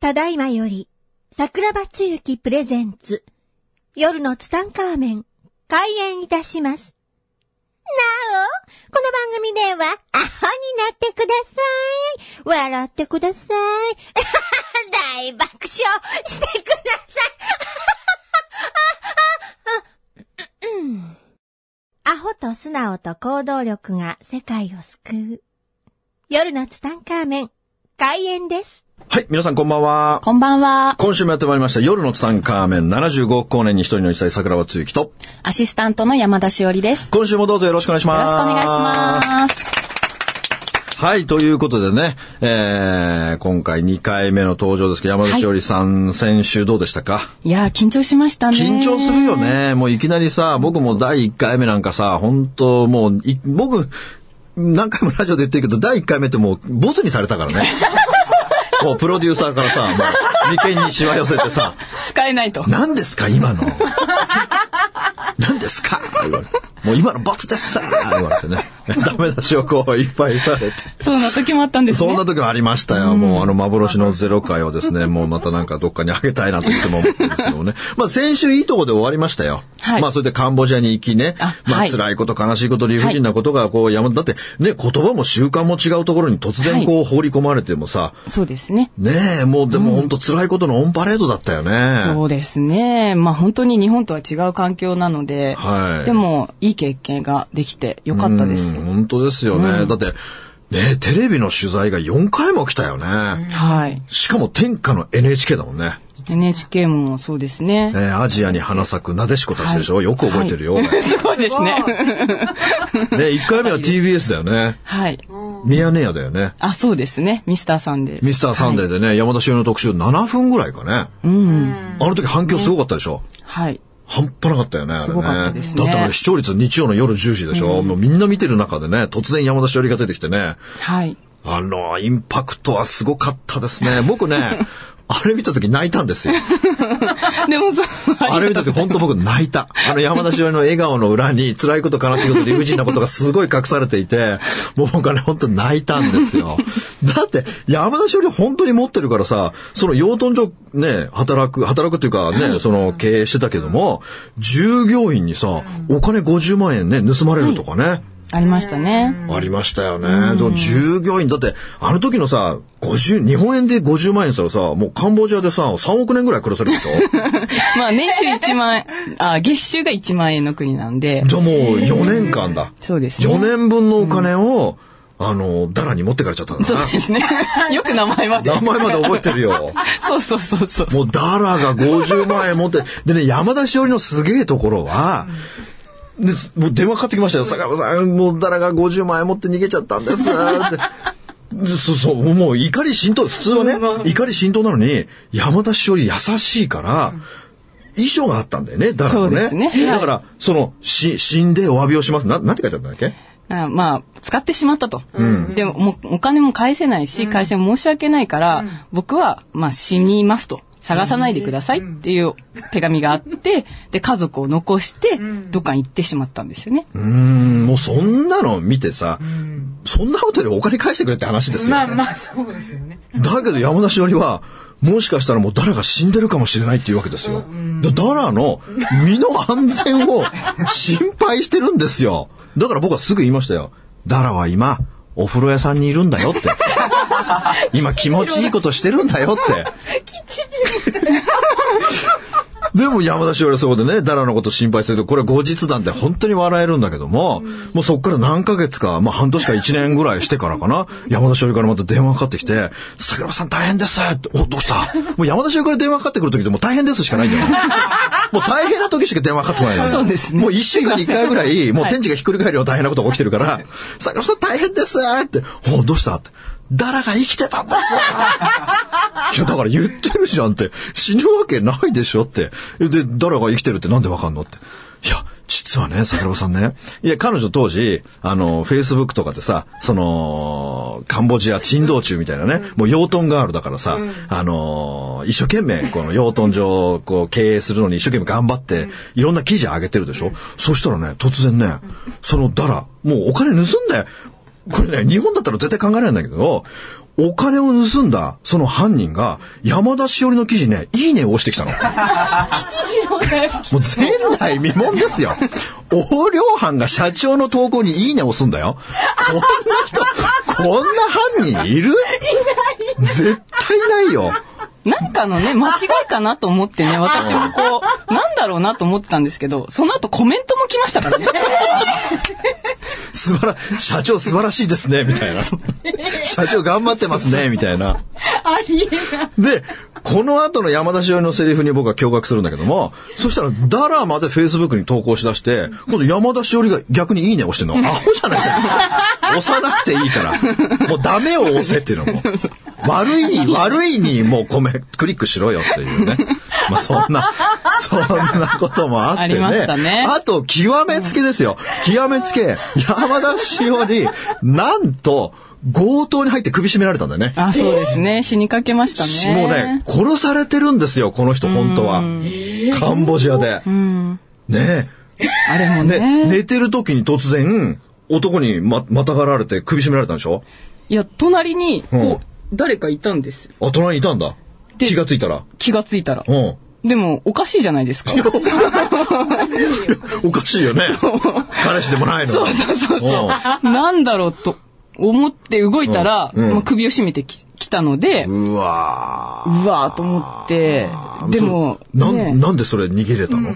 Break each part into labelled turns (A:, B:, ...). A: ただいまより、桜庭つゆきプレゼンツ、夜のツタンカーメン、開演いたします。なお、この番組では、アホになってください。笑ってください。 大爆笑してください。 アホと素直と行動力が世界を救う。夜のツタンカーメン、開演です。
B: はい、皆さんこんばんは。
C: こんばんは。
B: 今週もやってまいりました、夜のツタンカーメン75億光年に一人の一歳桜庭つゆきと、
C: アシスタントの山田しおりです。
B: 今週もどうぞよろしくお願いし
C: よ
B: ま
C: ろし
B: す。
C: くお願いします。
B: す。はい、ということでね、えー、今回2回目の登場ですけど、山田しおりさん、先週どうでしたか
C: いやー、緊張しましたね。
B: 緊張するよ。ね。もういきなりさ、僕も第1回目なんかさ、本当もうい、僕、何回もラジオで言ってるけど、第1回目ってもう、ボツにされたから ね。もうプロデューサーからさ、もう、眉間にしわ寄せてさ、
C: 使えないと。
B: 何ですか今の。何ですか言われてもう今の罰ですさ言われてね。ダメ出しをこういっぱいされて。
C: そうな時もあったんです
B: そん
C: ね
B: な。時もありましたよ。もうあの幻のゼロ回をですね、もうまたなんかどっかにあげたいなといつも思ってるんですけどもね。まあ先週いいとこで終わりましたよ。
C: はい
B: まあそれでカンボジアに行きね
C: あ、
B: まあ
C: はい
B: 辛いこと悲しいこと理不尽なことがこう山、だってね、言葉も習慣も違うところに突然こう放り込まれてもさ、
C: そうですね。
B: ねえ、もうでも本当辛いことのオンパレードだったよね。
C: そうですね。まあ本当に日本とは違う環境なので、
B: はい
C: でもいい経験ができてよかったです
B: うん。本当ですよね。だって、ね、テレビの取材が4回も来たよね。
C: はい。
B: しかも天下の NHK だもんね。
C: NHK もそうですね。
B: ねアジアに花咲くなでしこたちでしょ、よく覚えてるよ。
C: すごいですね。
B: ね、1回目は TBS だよね。
C: はい。
B: ミヤネ屋だよね。
C: あ、そうですね。ミスターさんで。
B: ミスターサンデーでね、山田修の特集7分ぐらいかね。
C: うん。
B: あの時反響すごかったでしょ。
C: はい。
B: 半端なかったよね、あれね。
C: すごかったですね
B: だってあれ視聴率日曜の夜10時でしょ、もうみんな見てる中でね、突然山田修理が出てきてね、
C: はい。
B: あの、インパクトはすごかったですね。僕 ね、あれ見た時 泣いたんですよ。
C: でもそう、
B: あれ見た時本当僕泣いた。あの山田栞里の笑顔の裏に辛いこと悲しいこと理不尽なことがすごい隠されていて、もう僕はね、本当泣いたんです よ。だって、山田栞里本当に持ってるからさ、その養豚場ね、働く、働くというかね、その経営してたけども、従業員にさ、お金50万円ね、盗まれるとかね。
C: ありましたね。
B: ありましたよね。その従業員、だって、あの時のさ、50、日本円で50万円したらさ、もうカンボジアでさ、3億年ぐらい暮らせるで しょ
C: まあ年収1万円、あ、月収が1万円の国なんで、
B: じゃあもう4年間だ。
C: そうですね。
B: 4年分のお金を、あの、ダラに持ってかれちゃったんだ
C: そう
B: な。
C: ですね。よく名前まで
B: 名。前まで覚えてるよ。
C: そうそうそうそう。
B: もうダラが50万円持って、でね、山田しおりのすげえところは、でもう電話かかってきましたよ。坂本さん、もうダラが50万円持って逃げちゃったんです。ってでそうそう、もう怒り浸透、普通はね、怒り浸透なのに、山田しおり優しいから、衣装があったんだよね、ダラのね。
C: そうですね
B: だから、その、し、死んでお詫びをします。な、なんて書いてあったんだっけ
C: あまあ、使ってしまったと。でも、もうお金も返せないし、会社も申し訳ないから、僕は、まあ、死にますと。探さないでくださいっていう手紙があって、で、家族を残して、どっかに行ってしまったんですよ ね。
B: うーん、もうそんなの見てさ、そんなことよりお金返してくれって話ですよ。
D: まあまあ、そうですよね。
B: だけど山田しおりは、もしかしたらもうダラが死んでるかもしれないっていうわけですよ。だダラの身の安全を心配してるんですよ。だから僕はすぐ言いましたよ。ダラは今、お風呂屋さんにいるんだ よって。今気持ちいいことしてるんだよって。でも山田しおりはそこでね、ダラのこと心配すると、これ後日談で本当に笑えるんだけども、もうそっから何ヶ月か、まあ半年か1年ぐらいしてからかな、山田しおりからまた電話かかってきて、桜庭さん大変ですって、お、どうしたもう山田しおりから電話かかってくる時でもう大変ですしかないんだよ。もう大変な時しか電話かかってこないのよ
C: そうですね
B: もう一週間に一回ぐらい、もう
C: はい
B: 天地がひっくり返るような大変なことが起きてるから、桜庭さん大変ですって、お、どうしたって。ダラが生きてたんですいや、だから言ってるじゃんって、死ぬわけないでしょって。で、ダラが生きてるってなんでわかんのって。いや、実はね、桜庭さんね。いや、彼女当時、あの、Facebook とかでさ、その、カンボジア珍道中みたいなね、もう養豚ガールだからさ、あの、一生懸命、この養豚場をこう経営するのに一生懸命頑張って、いろんな記事上げてるでしょ。そしたらね、突然ね、そのダラ、もうお金盗んで、これね、日本だったら絶対考えられないんだけど、お金を盗んだ、その犯人が、山田しおりの記事ね、いいねを押してきたの。
C: 吉次郎がやっぱ
B: もう前代未聞ですよ。横領犯が社長の投稿にいいね押すんだよ。こんな人、こんな犯人いるいない。絶対ないよ。
C: なんかのね、間違いかなと思って ね、私もこう、なんだろうなと思ってたんですけど、その後コメントも来ましたからね。
B: 素晴ら、社長素晴らしいですね、みたいな。社長頑張ってますね、みたいな。
D: ありえない。
B: で、この後の山田しおりのセリフに僕は驚愕するんだけども、そしたら、ダラまで Facebook に投稿しだして、今度山田しおりが逆にいいねを押してんの。アホじゃないか。押さなくていいから。もうダメを押せっていうのも。悪いに、悪いにもうコメ、クリックしろよっていうね。まあそんな、そんなこともあってね。
C: ありましたね
B: あと、極めつけですよ。極めつけ、山田しおり、なんと、強盗に入って首絞められたんだよね。
C: あ、そうですね。死にかけましたね。
B: もうね、殺されてるんですよ、この人、本当は。カンボジアで。ね
C: あれも
B: え。で、
C: ね。
B: 寝てる時に突然、男にま、またがられて首絞められたんでしょ
C: いや、隣に、こう、
B: うん
C: 誰かいたんです。
B: あ、隣にいたんだ。
C: で
B: 気がついたら。
C: 気がついたら
B: う。 ん。
C: でも、おかしいじゃないですか。
B: おかしいよね。彼氏でもないの。
C: そうそうそう
B: う
C: そ
B: ん
C: う。なんだろうと思って動いたら、
B: うんうん
C: まあ、首を絞めてききたので、
B: うわー
C: うわーと思って、でも、
B: なん、
C: ね、
B: なんでそれ逃げれたの、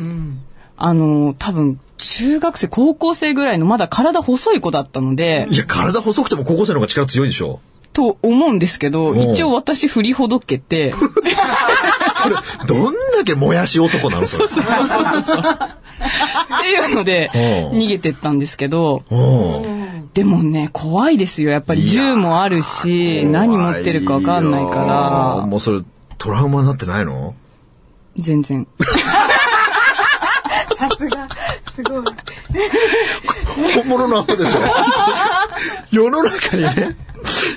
C: あのー、多分、中学生、高校生ぐらいのまだ体細い子だったので、
B: いや、体細くても高校生の方が力強いでしょ。
C: と思うんですけど、
B: うん
C: 一応私振りほどけ て、
B: それ、どんだけもやし男なのそれ。
C: そうそうそうそうそう。っていうので、
B: うん
C: 逃げてったんですけど、
B: うん。
C: でもね、怖いですよ。やっぱり銃もあるし、何持ってるかわかんない
B: 怖いよ
C: か
B: もうそれ、トラウマになってないの
C: ら、全然。
D: さすが。すごい。
B: 本物のアホでしょ。 世の中にね、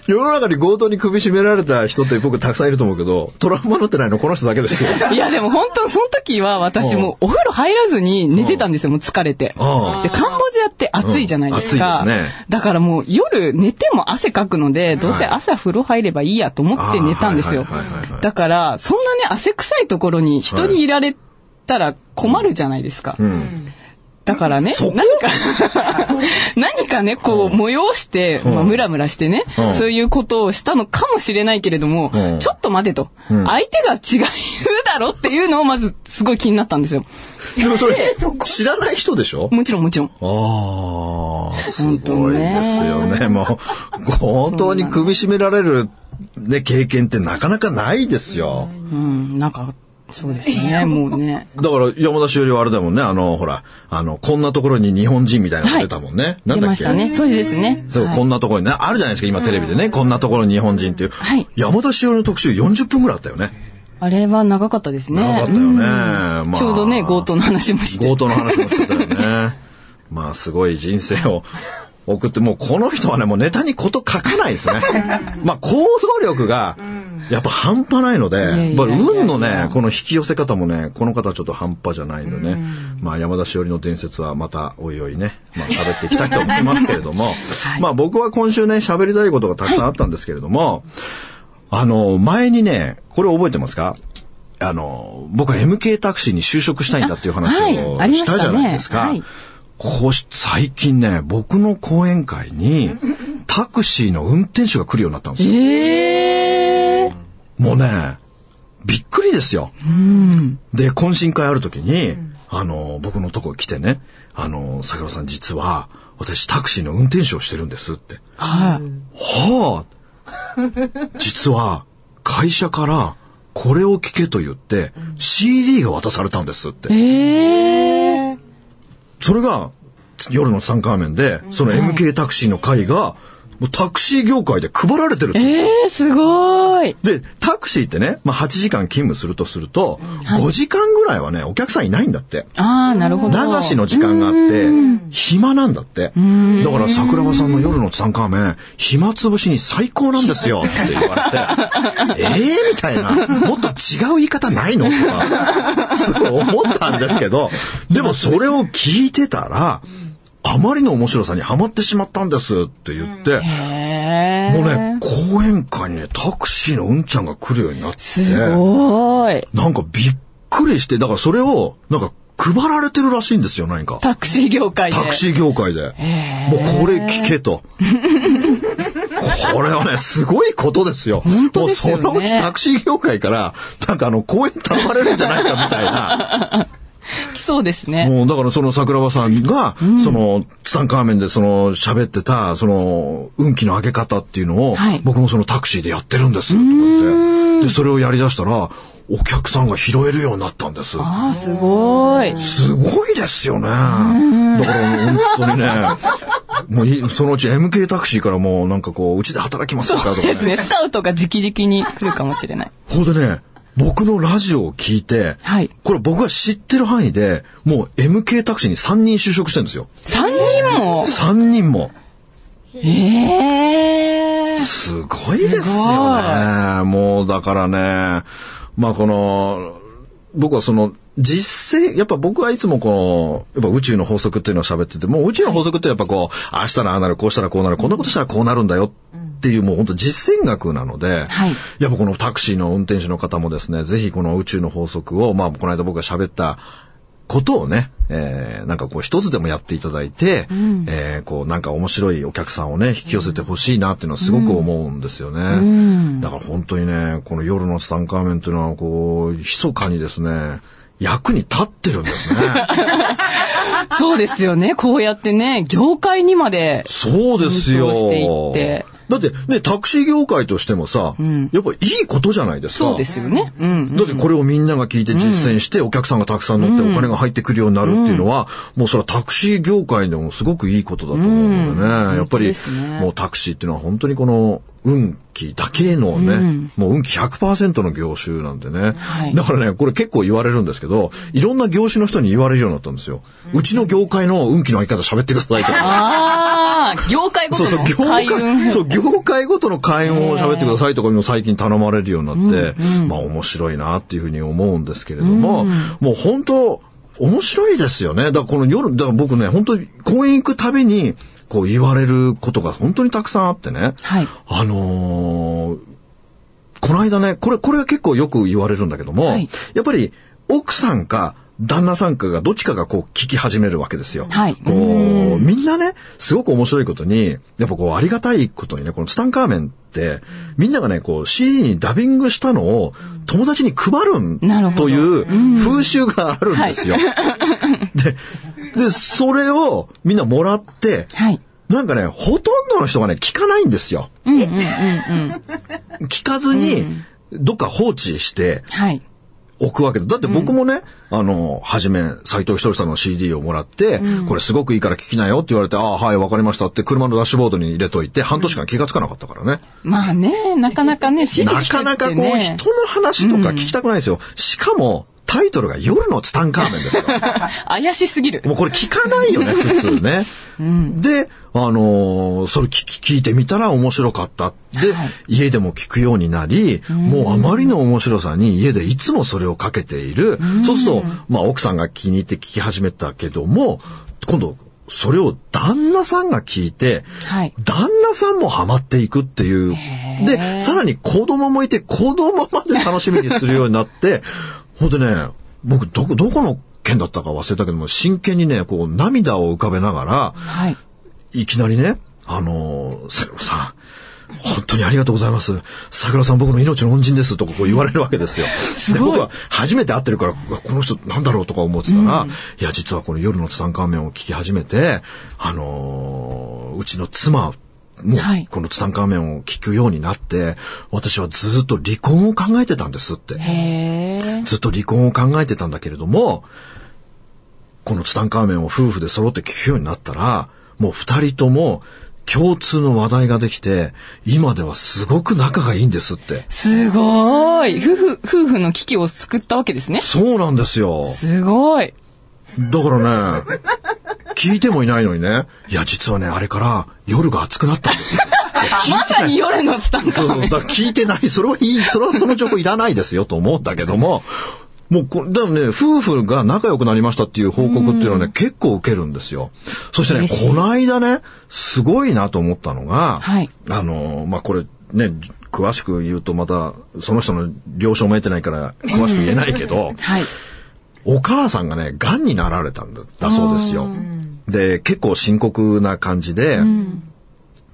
B: 世の中に強盗に首絞められた人って僕たくさんいると思うけど、トラウマになってないのこの人だけですよ。
C: いやでも本当その時は私もうお風呂入らずに寝てたんですよ、もう疲れて。
B: あ
C: で、カンボジアって暑いじゃないですか。
B: うん暑いですね
C: だからもう夜寝ても汗かくので、どうせ朝風呂入ればいいやと思って寝たんです
B: あ
C: よ
B: ーはいはいはいはい。
C: だから、そんなね、汗臭いところに人にいられたら困るじゃないですか。
B: あ。うん。
C: だからね、
B: そ
C: 何
B: こ
C: か、 何かね、こう、催して、まあ、ムラムラしてね
B: うん、
C: そういうことをしたのかもしれないけれども
B: うん、
C: ちょっと待てと。
B: うん
C: 相手が違うだろっていうのを、まず、すごい気になったんですよ。
B: でもそれ、知らない人でしょ
C: もちろん、もちろん。
B: ああ、すごいですよね。もう、強盗に首絞められる、ね、経験ってなかなかないですよ。
C: うん、なんか、そうですね、もうね。
B: だから、山田しおりはあれだもんね、あの、ほら、あの、こんなところに日本人みたいなの出たもんね。な
C: 出
B: んだ
C: ま
B: っ
C: し
B: け
C: たね。そうですね。
B: そう、
C: はい
B: こんなところにね、あるじゃないですか、今テレビでね、こんなところに日本人っていう。
C: はい
B: 山田しおりの特集40分ぐらいあったよね。
C: あれは長かったですね。
B: 長かったよね
C: うん
B: まあ
C: ちょうどね、強盗の話もして
B: 強。盗の話もしてたよね。まあ、すごい人生を送って、もうこの人はね、もうネタにこと書かないです ね。まあ、行動力が、やっぱ半端ないので、
C: やいや
B: やっぱり運の
C: いやい
B: ね
C: や、
B: この引き寄せ方もね、この方はちょっと半端じゃないのでね、まあ、山田しおりの伝説はまたおいおいね、まあ、喋っていきたいと思いますけれども、
C: はい
B: まあ、僕は今週ね、喋りたいことがたくさんあったんですけれども、あの、前にね、これ覚えてますかあの、僕は MK タクシーに就職したいんだっていう話を
C: あはい
B: したじゃないですか。
C: ありまし
B: こうし最近ね、僕の講演会にタクシーの運転手が来るようになったんですよ。
C: ええ
B: もうね、びっくりですよ。
C: ー。うん。
B: で、懇親会ある時に、あの、僕のとこ来てね、あの、桜さん実は私タクシーの運転手をしてるんですって。
C: はい。
B: はあ実は会社からこれを聞けと言って CD が渡されたんですって。
C: ええ
B: それが夜のツタンカーメンで、その MK タクシーの会がもうタクシー業界で配られてるって言うんですよ。
C: ええすごーい。
B: で、タクシーってね、まあ、8時間勤務するとすると、5時間ぐらいはね、お客さんいないんだって。
C: ああ、なるほど。
B: 流しの時間があって、暇なんだって。だから桜庭さんの夜のツタンカーメン、暇つぶしに最高なんですよって言わ れて、ええみたいな、もっと違う言い方ないのとか、すごい思ったんですけど、でもそれを聞いてたら、あまりの面白さにハマってしまったんですって言って、
C: へー。
B: もうね、講演会にね、タクシーのうんちゃんが来るようになって、
C: すごい。
B: なんかびっくりして、だからそれを、なんか配られてるらしいんですよ、なんか。
C: タクシー業界で。
B: タクシー業界で。
C: へ
B: もうこれ聞けと。これはね、すごいことですよ。
C: 本当ですよね
B: もうそのうちタクシー業界から、なんかあの、公演頼まれるんじゃないかみたいな。
C: ー。来そうですね。
B: もうだからその桜庭さんが、その、ツタンカーメンでその、喋ってた、その、運気の上げ方っていうのを、
C: はい
B: 僕もそのタクシーでやってるんです、とか言って。で、それをやり出したら、お客さんが拾えるようになったんです。
C: ああ、すごい。
B: すごいですよね。だから本当にね、もういそのうち MK タクシーからもうなんかこう、うちで働きますか
C: そう
B: とか
C: です
B: ね。
C: ね。スタウトが直々に来るかもしれない。
B: ほんでね、僕のラジオを聞いて、
C: はい
B: これ僕が知ってる範囲で、もう MK タクシーに3人就職してるんですよ。
C: 3人も
B: 3人も。
C: ええー。
B: すごいですよね。もうだからね、まあこの、僕はその、実践、やっぱ僕はいつもこの、やっぱ宇宙の法則っていうのを喋ってて、もう宇宙の法則ってやっぱこう、ああしたらああなる、こうしたらこうなる、こんなことしたらこうなるんだよっていうもう本当実践学なので、
C: はい
B: やっぱこのタクシーの運転手の方もですね、ぜひこの宇宙の法則を、まあこの間僕が喋ったことをね、えー、なんかこう一つでもやっていただいて、えー、こうなんか面白いお客さんをね、引き寄せてほしいなっていうのはすごく思うんですよね。だから本当にね、この夜のツタンカーメンというのはこう、密かにですね、役に立ってるんです ね。
C: そうですよね。こうやってね、業界にまで。
B: そうですよ。
C: 浸透していって
B: だってね、タクシー業界としてもさ、
C: ん
B: やっぱいいことじゃないですか。
C: そうですよね。うん。
B: だってこれをみんなが聞いて実践してお客さんがたくさん乗ってお金が入ってくるようになるっていうのは、もうそれはタクシー業界でもすごくいいことだと思うのでね。やっぱ
C: 当
B: り
C: ですね
B: もうタクシーっていうのは本当にこの運気だけのね、もう運気100%の業種なんでね、
C: はい
B: だからね、これ結構言われるんですけど、いろんな業種の人に言われるようになったんですよ。うちの業界の運気の相方喋ってくださいとか。
C: ああ、業界ごと
B: そうそう、
C: の
B: 業
C: 開運
B: 界、。そう、業界ごとの開運を喋ってくださいとかにも最近頼まれるようになって、まあ面白いなっていうふうに思うんですけれども、もう本当、面白いですよね。だからこの夜、だから僕ね、本当に公園行くたびに、こう言われることが本当にたくさんあってね、
C: はい
B: あのーこの間ね、これ、これが結構よく言われるんだけども、
C: はい
B: やっぱり奥さんか旦那さんかがどっちかがこう聞き始めるわけですよ。
C: はい
B: こう、みんなね、すごく面白いことに、やっぱこうありがたいことにね、このツタンカーメンって、みんながね、こう CD にダビングしたのを友達に配るん
C: なるほど
B: という風習があるんです よ。で、で、それをみんなもらって、
C: はい。
B: なんかね、ほとんどの人がね、聞かないんですよ。
C: うんうんうんうん。
B: 聞かずに、どっか放置して
C: はい。
B: おくわけで。だって僕もね、あの、はじめ、斎藤ひとりさんの CD をもらって、これすごくいいから聞きなよって言われて、ああ、はい、わかりましたって車のダッシュボードに入れといて、半年間気がつかなかったからね。
C: まあね、なかなかね、知り
B: な
C: 聞
B: かな
C: く
B: か
C: って
B: こう、
C: ね。
B: 人の話とか聞きたくないですよ。しかも、タイトルが夜のツタンカーメンですよ。
C: 怪しすぎる。
B: もうこれ聞かないよ ね、普通ね。で、あのーそれ聞き聞いてみたら面白かった。で、
C: はい
B: 家でも聞くようになり、もうあまりの面白さに家でいつもそれをかけている。そうすると、まあ奥さんが気に入って聞き始めたけども、今度、それを旦那さんが聞いて、
C: はい。
B: 旦那さんもハマっていくっていう
C: へ。ー
B: で、さらに子供もいて、子供まで楽しみにするようになって、 ほんでね、僕、どこ、どこの県だったか忘れたけども、真剣にね、こう、涙を浮かべながら、
C: はい。
B: いきなりね、あのー、桜さん、本当にありがとうございます。桜さん僕の命の恩人ですとかこう言われるわけですよ。で、
C: ごい
B: 僕は初めて会ってるから、うわこの人なんだろうとか思ってたら、いや、実はこの夜のツタンカーメンを聞き始めて、あのーうちの妻、も
C: はい
B: このツタンカーメンを聞くようになって、私はずっと離婚を考えてたんですって。
C: へー。
B: ずっと離婚を考えてたんだけれども、このツタンカーメンを夫婦で揃って聞くようになったら、もう二人とも共通の話題ができて、今ではすごく仲がいいんですって。
C: すごーい。夫婦、夫婦の危機を救ったわけですね。
B: そうなんですよ。
C: すごい。
B: だからね、聞いてもいないのにね、いや実はね、あれから夜が暑くなったんですよ。
C: まさに夜のツタンカ
B: そう
C: ー
B: そう。
C: メ
B: だ
C: ン。
B: から聞いてない。それはいい。それはその情報いらないですよと思うんだけども、もうこれ、でもね、夫婦が仲良くなりましたっていう報告っていうのはね、結構受けるんですよ。そしてね、
C: 嬉しい
B: この間ね、すごいなと思ったのが、
C: はい
B: あの、まあ、これ、ね、詳しく言うとまた、その人の了承も得てないから、詳しく言えないけ ど、
C: はい。
B: お母さんがね、癌になられたんだだそうですよ。で、結構深刻な感じで、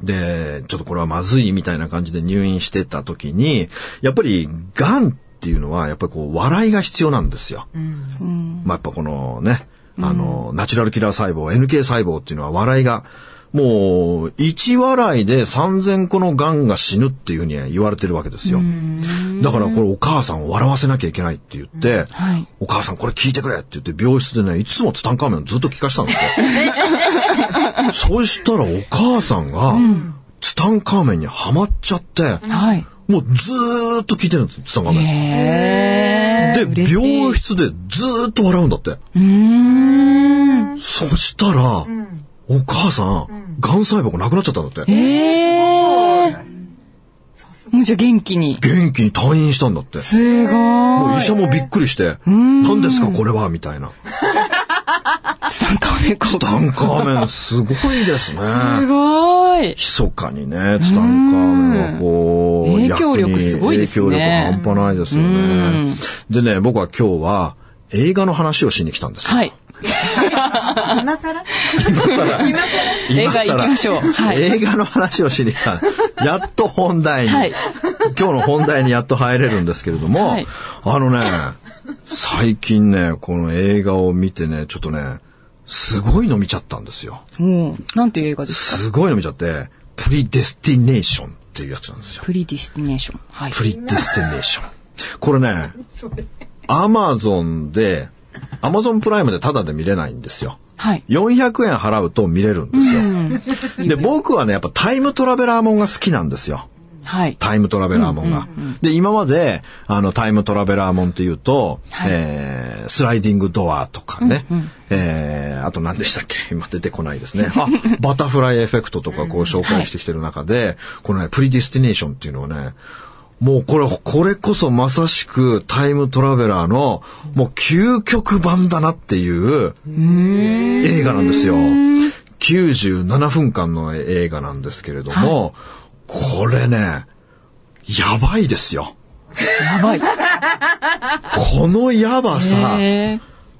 B: で、ちょっとこれはまずいみたいな感じで入院してた時に、やっぱり癌っていうのは、やっぱりこう、笑いが必要なんですよ。まあ、やっぱこのね、あの、ナチュラルキラー細胞、NK 細胞っていうのは笑いが、もう、1笑いで3000個の癌が死ぬっていうふうには言われてるわけですよ。だからこれお母さんを笑わせなきゃいけないって言って、
C: はい
B: お母さんこれ聞いてくれって言って病室でね、いつもツタンカーメンをずっと聞かしたんですよ。 そうしたらお母さんが、ツタンカーメンにはまっちゃって、
C: はい。
B: もうずーっと聞いてるんですよ、ツタンカーメン。
C: へ
B: で、
C: ー嬉しい
B: 病室でずーっと笑うんだって。
C: うーん。
B: そしたら、お母さん、癌細胞がなくなっちゃったんだって。
C: ええ。もうじゃあ元気に。
B: 元気に退院したんだって。
C: すご
B: もう
C: ー
B: 医
C: い。
B: 者もびっくりして、
C: ん
B: 何ですかこれはみたい な。
C: ツタンカーメン効
B: ツタ
C: 果。
B: ンカーメン、すごいですね。
C: すごーい。
B: 密かにね、ツタンカーメンはこう、
C: うん影響力
B: 役に
C: すごいですね
B: 影響力が半端ないですよね。でね、僕は今日は映画の話をしに来たんですよ。
C: はい。
D: 今更
C: 映画行きましょうはい
B: 映画の話をしに来た。やっと本題に、
C: はい
B: 今日の本題にやっと入れるんですけれども、
C: はい
B: あのね、最近ね、この映画を見てね、ちょっとね、すごいの見ちゃったんですよ。
C: もう、なんていう映画ですか
B: すごいの見ちゃって、プリデスティネーションっていうやつなんですよ。
C: プリディスティネーション。はい。
B: プリデスティネーション。これね、アマゾンで、アマゾンプライムでタダで見れないんですよ。
C: はい。
B: 400円払うと見れるんですよ。で、僕はね、やっぱタイムトラベラーもんが好きなんですよ。
C: はい。
B: タイムトラベラーもんが。で、今まで、あの、タイムトラベラーもんっていうと、
C: はい
B: えースライディングドアとかね、えーあと何でしたっけ今出てこないですね。あ、バタフライエフェクトとかこう紹介してきてる中で、このね、プリディスティネーションっていうのはね、もうこれ、これこそまさしくタイムトラベラーの、もう究極版だなっていう、映画なんですよ。97分間の映画なんですけれども、これね、やばいですよ。
C: やばい。
B: このやばさ、
C: へー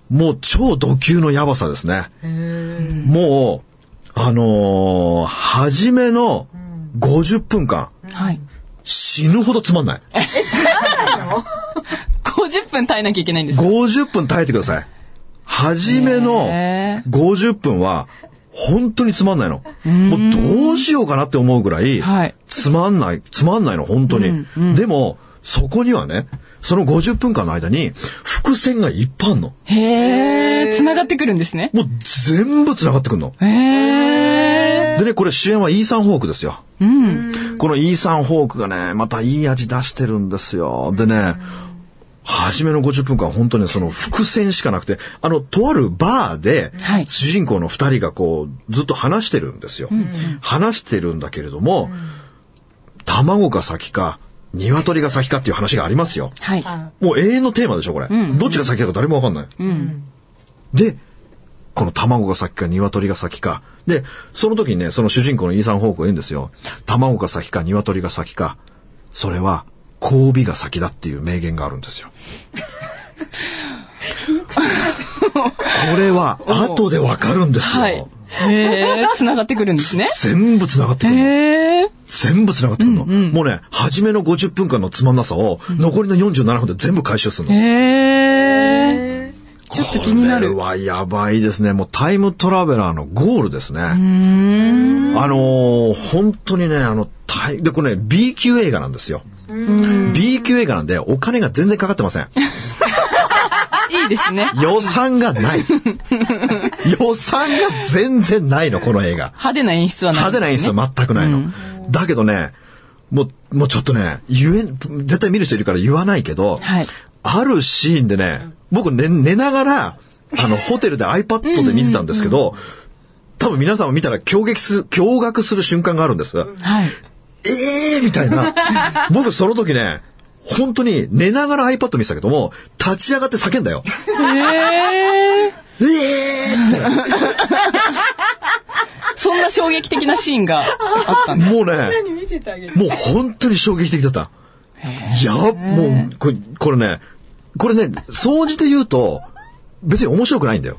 B: もう超ド級のやばさですね。もう、あのー初めの50分間、
C: はい。
B: 死ぬほどつまんない。
C: 50分耐えなきゃいけないんです。
B: 50分耐えてください。初めの
C: へ
B: 50分は、本当につまんないの。もうどうしようかなって思うぐらい、
C: はい
B: つまんない、つまんないの、本当に。でも、そこにはね、その50分間の間に、伏線がいっぱいあんの。
C: へー繋がってくるんですね。
B: もう全部繋がってくるの。
C: へー
B: でね、これ主演はイーサン・ホークですよ。
C: うん。
B: このイーサン・ホークがね、またいい味出してるんですよ。でね、初めの50分間本当にその伏線しかなくて、あの、とあるバーで
C: は、い
B: 主人公の二人がこう、ずっと話してるんですよ。話してるんだけれども、卵が先か、鶏が先かっていう話がありますよ。
C: はい。
B: もう永遠のテーマでしょ、これ。どっちが先だか誰もわかんない。
C: うん。
B: で、この卵が先か鶏が先か。で、その時にね、その主人公のイーサン・ホークが言うんですよ。卵が先か鶏が先か。それは、交尾が先だっていう名言があるん ですよ。これは、後でわかるんですよ。
C: はい。へー繋がってくるんですね。
B: 全部繋がってくるの。
C: へー
B: 全部繋がってくるの。もうね、初めの50分間のつまんなさを、残りの47分で全部回収するの。
C: へーちょっと気になる
B: これはやばいですね。もうタイムトラベラーのゴールですね。あのー本当にね、あの、タイ、で、これね、B 級映画なんですよ。B 級映画なんで、お金が全然かかってません。
C: いいですね。
B: 予算が ない。予算が全然ないの、この映画。
C: 派手な演出はない。
B: 派手な演出は全くないの。だけどね、もう、もうちょっとね、言えん、絶対見る人いるから言わないけど、
C: はい
B: あるシーンでね、僕寝、寝ながら、あの、ホテルで iPad で見てたんですけど、多分皆さんを見たら驚激す、驚愕する瞬間があるんです。
C: はい。
B: ええーみたいな。僕その時ね、本当に寝ながら iPad 見てたけども、立ち上がって叫ん だよ。
C: えー
B: ええーっ
C: そんな衝撃的なシーンがあった
B: て。
C: んだ。
B: もうね、
D: 見せてあげる。
B: もう本当に衝撃的だった。いや、もう、これ、これね、これね、掃除で言うと、別に面白くないん だよ。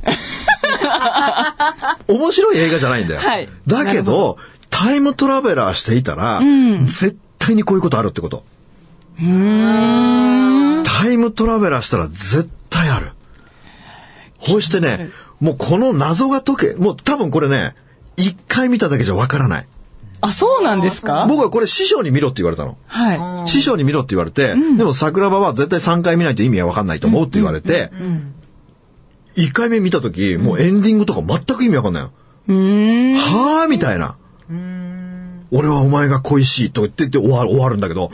B: 面白い映画じゃないんだよ。
C: はい
B: だけ
C: なるほ
B: ど、タイムトラベラーしていたら、
C: ん
B: 絶対にこういうことあるってこと。
C: うーん。
B: タイムトラベラーしたら絶対ある。そしてね、もうこの謎が解け、もう多分これね、一回見ただけじゃわからない。
C: あ、そうなんですか
B: 僕はこれ師匠に見ろって言われたの。
C: は
B: 師匠に見ろって言われて、でも桜庭は絶対3回見ないと意味はわかんないと思うって言われて、1回目見た時、もうエンディングとか全く意味わかんないの。
C: い。うーん。
B: はぁみたいな。俺はお前が恋しいと言ってって終わる終わるんだけど、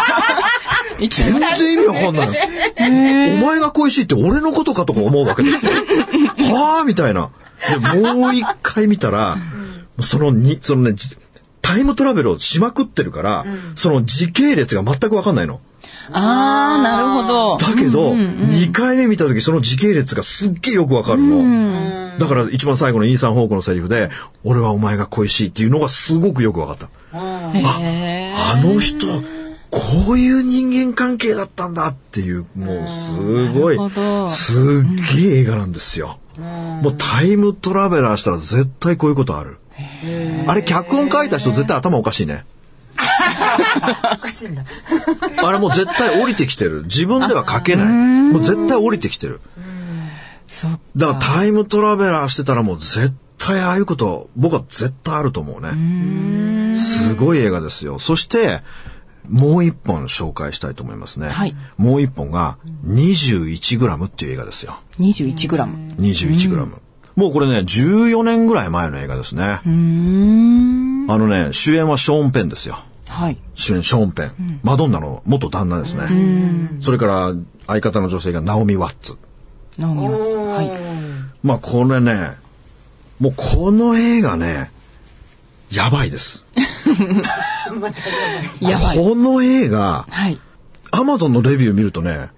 C: いき
B: 全
C: なり
B: 然意味わかんないの。お前が恋しいって俺のことかとか思うわけですよ。はぁみたいな。で、もう一回見たら、そのに、そのね、じタイムトラベルをしまくってるから、その時系列が全くわかんないの。
C: あー、なるほど。
B: だけど、2回目見た時その時系列がすっげえよくわかるの。だから一番最後のインサン・ホークのセリフで、俺はお前が恋しいっていうのがすごくよくわかった。
C: へー
B: あの人、こういう人間関係だったんだっていう、もうすごい
C: なるほ、ど
B: すっげえ映画なんですよ。もうタイムトラベラーしたら絶対こういうことある。あれ脚本書いた人絶対頭おかしいね。
D: おかしいんだ。
B: あれもう絶対降りてきてる。自分では書けない。もう絶対降りてきてる。
C: そっ
B: だからタイムトラベラーしてたらもう絶対ああいうこと、僕は絶対あると思うね。すごい映画ですよ。そして、もう一本紹介したいと思いますね。
C: はい
B: もう一本が 21g っていう映画ですよ。
C: 21グラム。
B: 21g。もうこれね、14年ぐらい前の映画ですね。
C: うーん。
B: あのね、主演はショーン・ペンですよ。
C: はい。
B: 主演ショーン・ペン。マドンナの元旦那ですね。それから相方の女性がナオミ・ワッツ。
C: なおみまつ。はい。
B: まあこれね、もうこの映画ね、やばいです。
C: やばい。
B: この映画、
C: はい。
B: アマゾンのレビュー見るとね、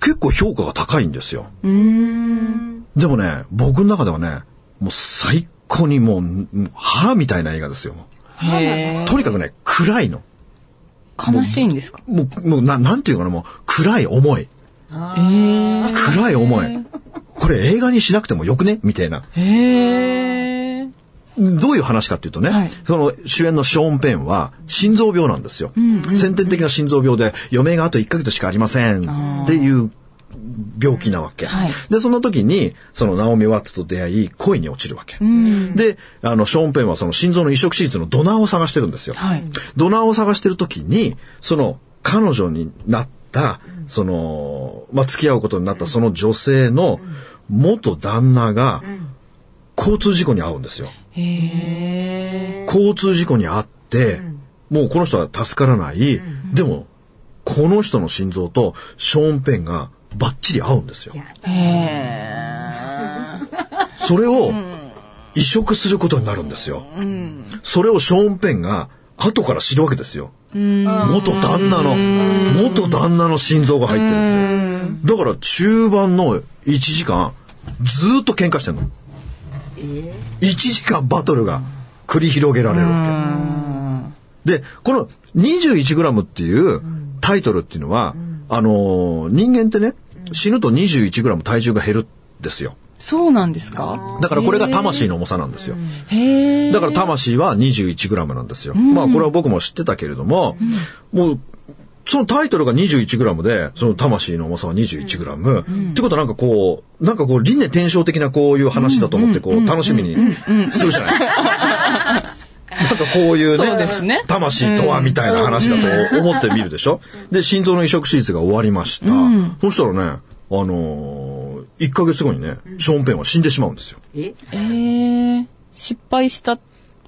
B: 結構評価が高いんですよ。
C: うーん。
B: でもね、僕の中ではね、もう最高にもう、もう腹みたいな映画ですよ。
C: へ
B: とにかくね、暗いの。
C: ー悲しいんですか
B: もう、もうななんていうかな、もう暗い思い。
C: えー。
B: 暗い思い。これ映画にしなくてもよくねみたいな。
C: へー。
B: どういう話かっていうとね、
C: はい
B: その主演のショーン・ペンは心臓病なんですよ。先天的な心臓病で余命があと1ヶ月しかありませんっていう病気なわけ。
C: はい
B: で、その時に、そのナオミ・ワッツと出会い、恋に落ちるわけ。で、あの、ショーン・ペンはその心臓の移植手術のドナーを探してるんですよ。
C: はい。
B: ドナーを探してる時に、その彼女になった、その、まあ、付き合うことになったその女性の元旦那が、交通事故に遭うんですよ。
C: へ
B: 交通事故に遭って、もうこの人は助からない。でも、この人の心臓とショーン・ペンがバッチリ合うんですよ。
C: ー。へー。
B: それを移植することになるんですよ。それをショーン・ペンが後から知るわけですよ。元旦那の、元旦那の心臓が入ってるんですよ。だから中盤の1時間、ずーっと喧嘩してんの。1時間バトルが繰り広げられるわけ。で、この 21g っていうタイトルっていうのは、あのー人間ってね、死ぬと 21g 体重が減るんですよ。
C: そうなんですか
B: だからこれが魂の重さなんですよ。
C: へー。
B: だから魂は 21g なんですよ。まあこれは僕も知ってたけれども、もう、そのタイトルが 21g で、その魂の重さは 21g。ってことはなんかこう、なんかこう輪廻転生的なこういう話だと思ってこう楽しみにするじゃ ない。なんかこういう
C: そうです
B: ね
C: ね
B: 魂とはみたいな話だと思ってみるでしょ。で、心臓の移植手術が終わりました。そしたらね、あのー、1ヶ月後にね、ショーン・ペンは死んでしまうんですよ。
D: え
C: へー。失敗した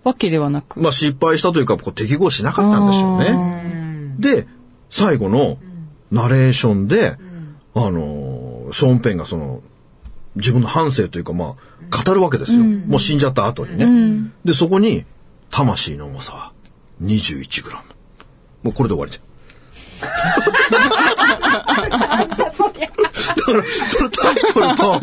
C: わけではなく。
B: まあ失敗したというか、こう適合しなかったんでしょうね。で、最後のナレーションで、あのー、ショーン・ペンがその、自分の反省というか、まあ、語るわけですよ。もう死んじゃった後にね。で、そこに、魂の重さは 21g。もうこれで終わりで。だから、そのタイトルと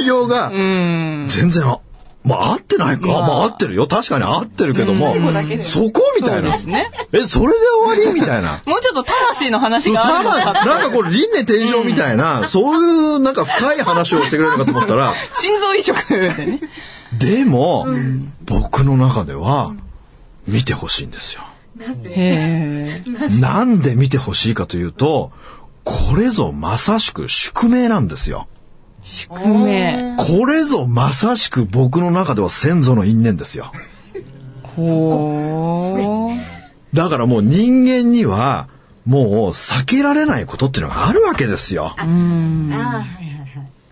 B: 内容が、全然あ、まあ合ってないか、ま
C: ま
B: あ、
C: あ
B: 合ってるよ。確かに合ってるけども
D: 最後だけ、で
B: そこみたいな
C: そうです。ね
B: え、それで終わりみたいな。
C: もうちょっと魂の話
B: そう
C: があ
B: た
C: るの
B: だ、
C: かと
B: なんかこれ、輪廻転生みたいな、そういうなんか深い話をしてくれるかと思ったら、
C: 心臓移植でね。
B: でも、僕の中では、見てほしいんですよ。
C: へえ。
B: なんで見てほしいかというと、これぞまさしく宿命なんですよ。
C: 宿命。
B: これぞまさしく僕の中では先祖の因縁ですよ。
C: ほー。
B: だからもう人間には、もう避けられないことっていうのがあるわけですよ。
D: ああ、はいはいはい。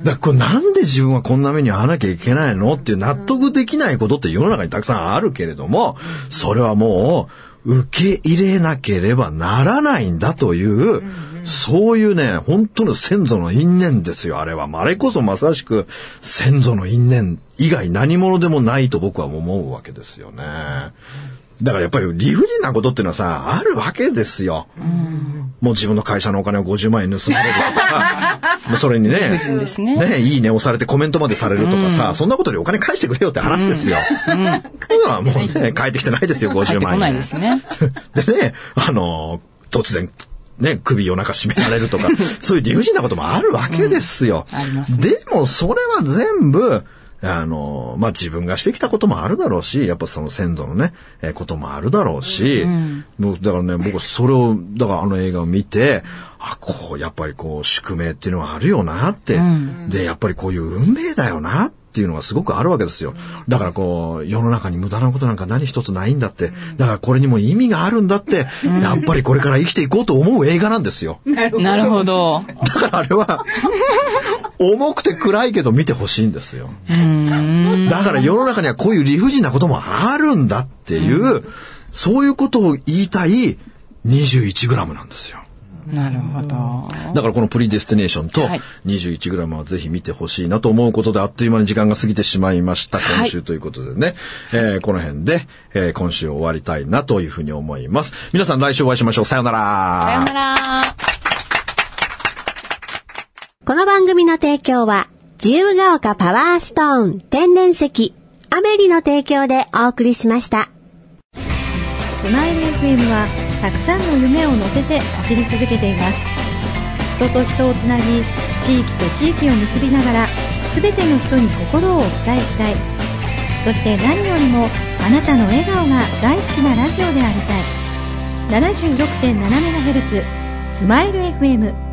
B: だからこれなんで自分はこんな目に遭わなきゃいけないのっていう納得できないことって世の中にたくさんあるけれども、それはもう受け入れなければならないんだという、そういうね、本当の先祖の因縁ですよ、あれは。まああれこそまさしく先祖の因縁以外何者でもないと僕は思うわけですよね。だからやっぱり理不尽なことっていうのはさ、あるわけですよ。もう自分の会社のお金を50万円盗まれるとかさ、 もうそれにね、
C: 理不尽ですね
B: いいね押されてコメントまでされるとかさ、そんなことでお金返してくれよって話ですよ。うん。だからもうね、返ってきてないですよ、
C: 帰っ
B: 50
C: てこ
B: 万
C: ない
B: 円
C: で。す ね。
B: でね、あのー突然、ね、首夜中絞められる とか、そういう理不尽なこともあるわけですよ。
C: うんあります
B: でも、それは全部、あのーまあ、自分がしてきたこともあるだろうし、やっぱその先祖のね、えーこともあるだろうし、もうだからね、僕はそれを、だからあの映画を見て、あ、こう、やっぱりこう、宿命っていうのはあるよなって、で、やっぱりこういう運命だよなって、っていうのがすごくあるわけですよ。だからこう、世の中に無駄なことなんか何一つないんだって、だからこれにも意味があるんだって、やっぱりこれから生きていこうと思う映画なんですよ。
C: なるほど。
B: だからあれは、重くて暗いけど見てほしいんですよ。だから世の中にはこういう理不尽なこともあるんだっていう、そういうことを言いたい 21g なんですよ。
C: なるほど。
B: だからこのプリディスティネーションと
C: はい
B: 21g はぜひ見てほしいなと思うことであっという間に時間が過ぎてしまいました。
C: はい
B: 今週ということでね、えーこの辺で、えー今週終わりたいなというふうに思います。皆さん来週お会いしましょう。さようなら。
C: さよなら。
A: この番組の提供は、自由が丘パワーストーン天然石、アメリの提供でお送りしました。
E: スマイル FM はたくさんの夢を乗せて走り続けています人と人をつなぎ地域と地域を結びながら全ての人に心をお伝えしたいそして何よりもあなたの笑顔が大好きなラジオでありたい 76.7MHz スマイル FM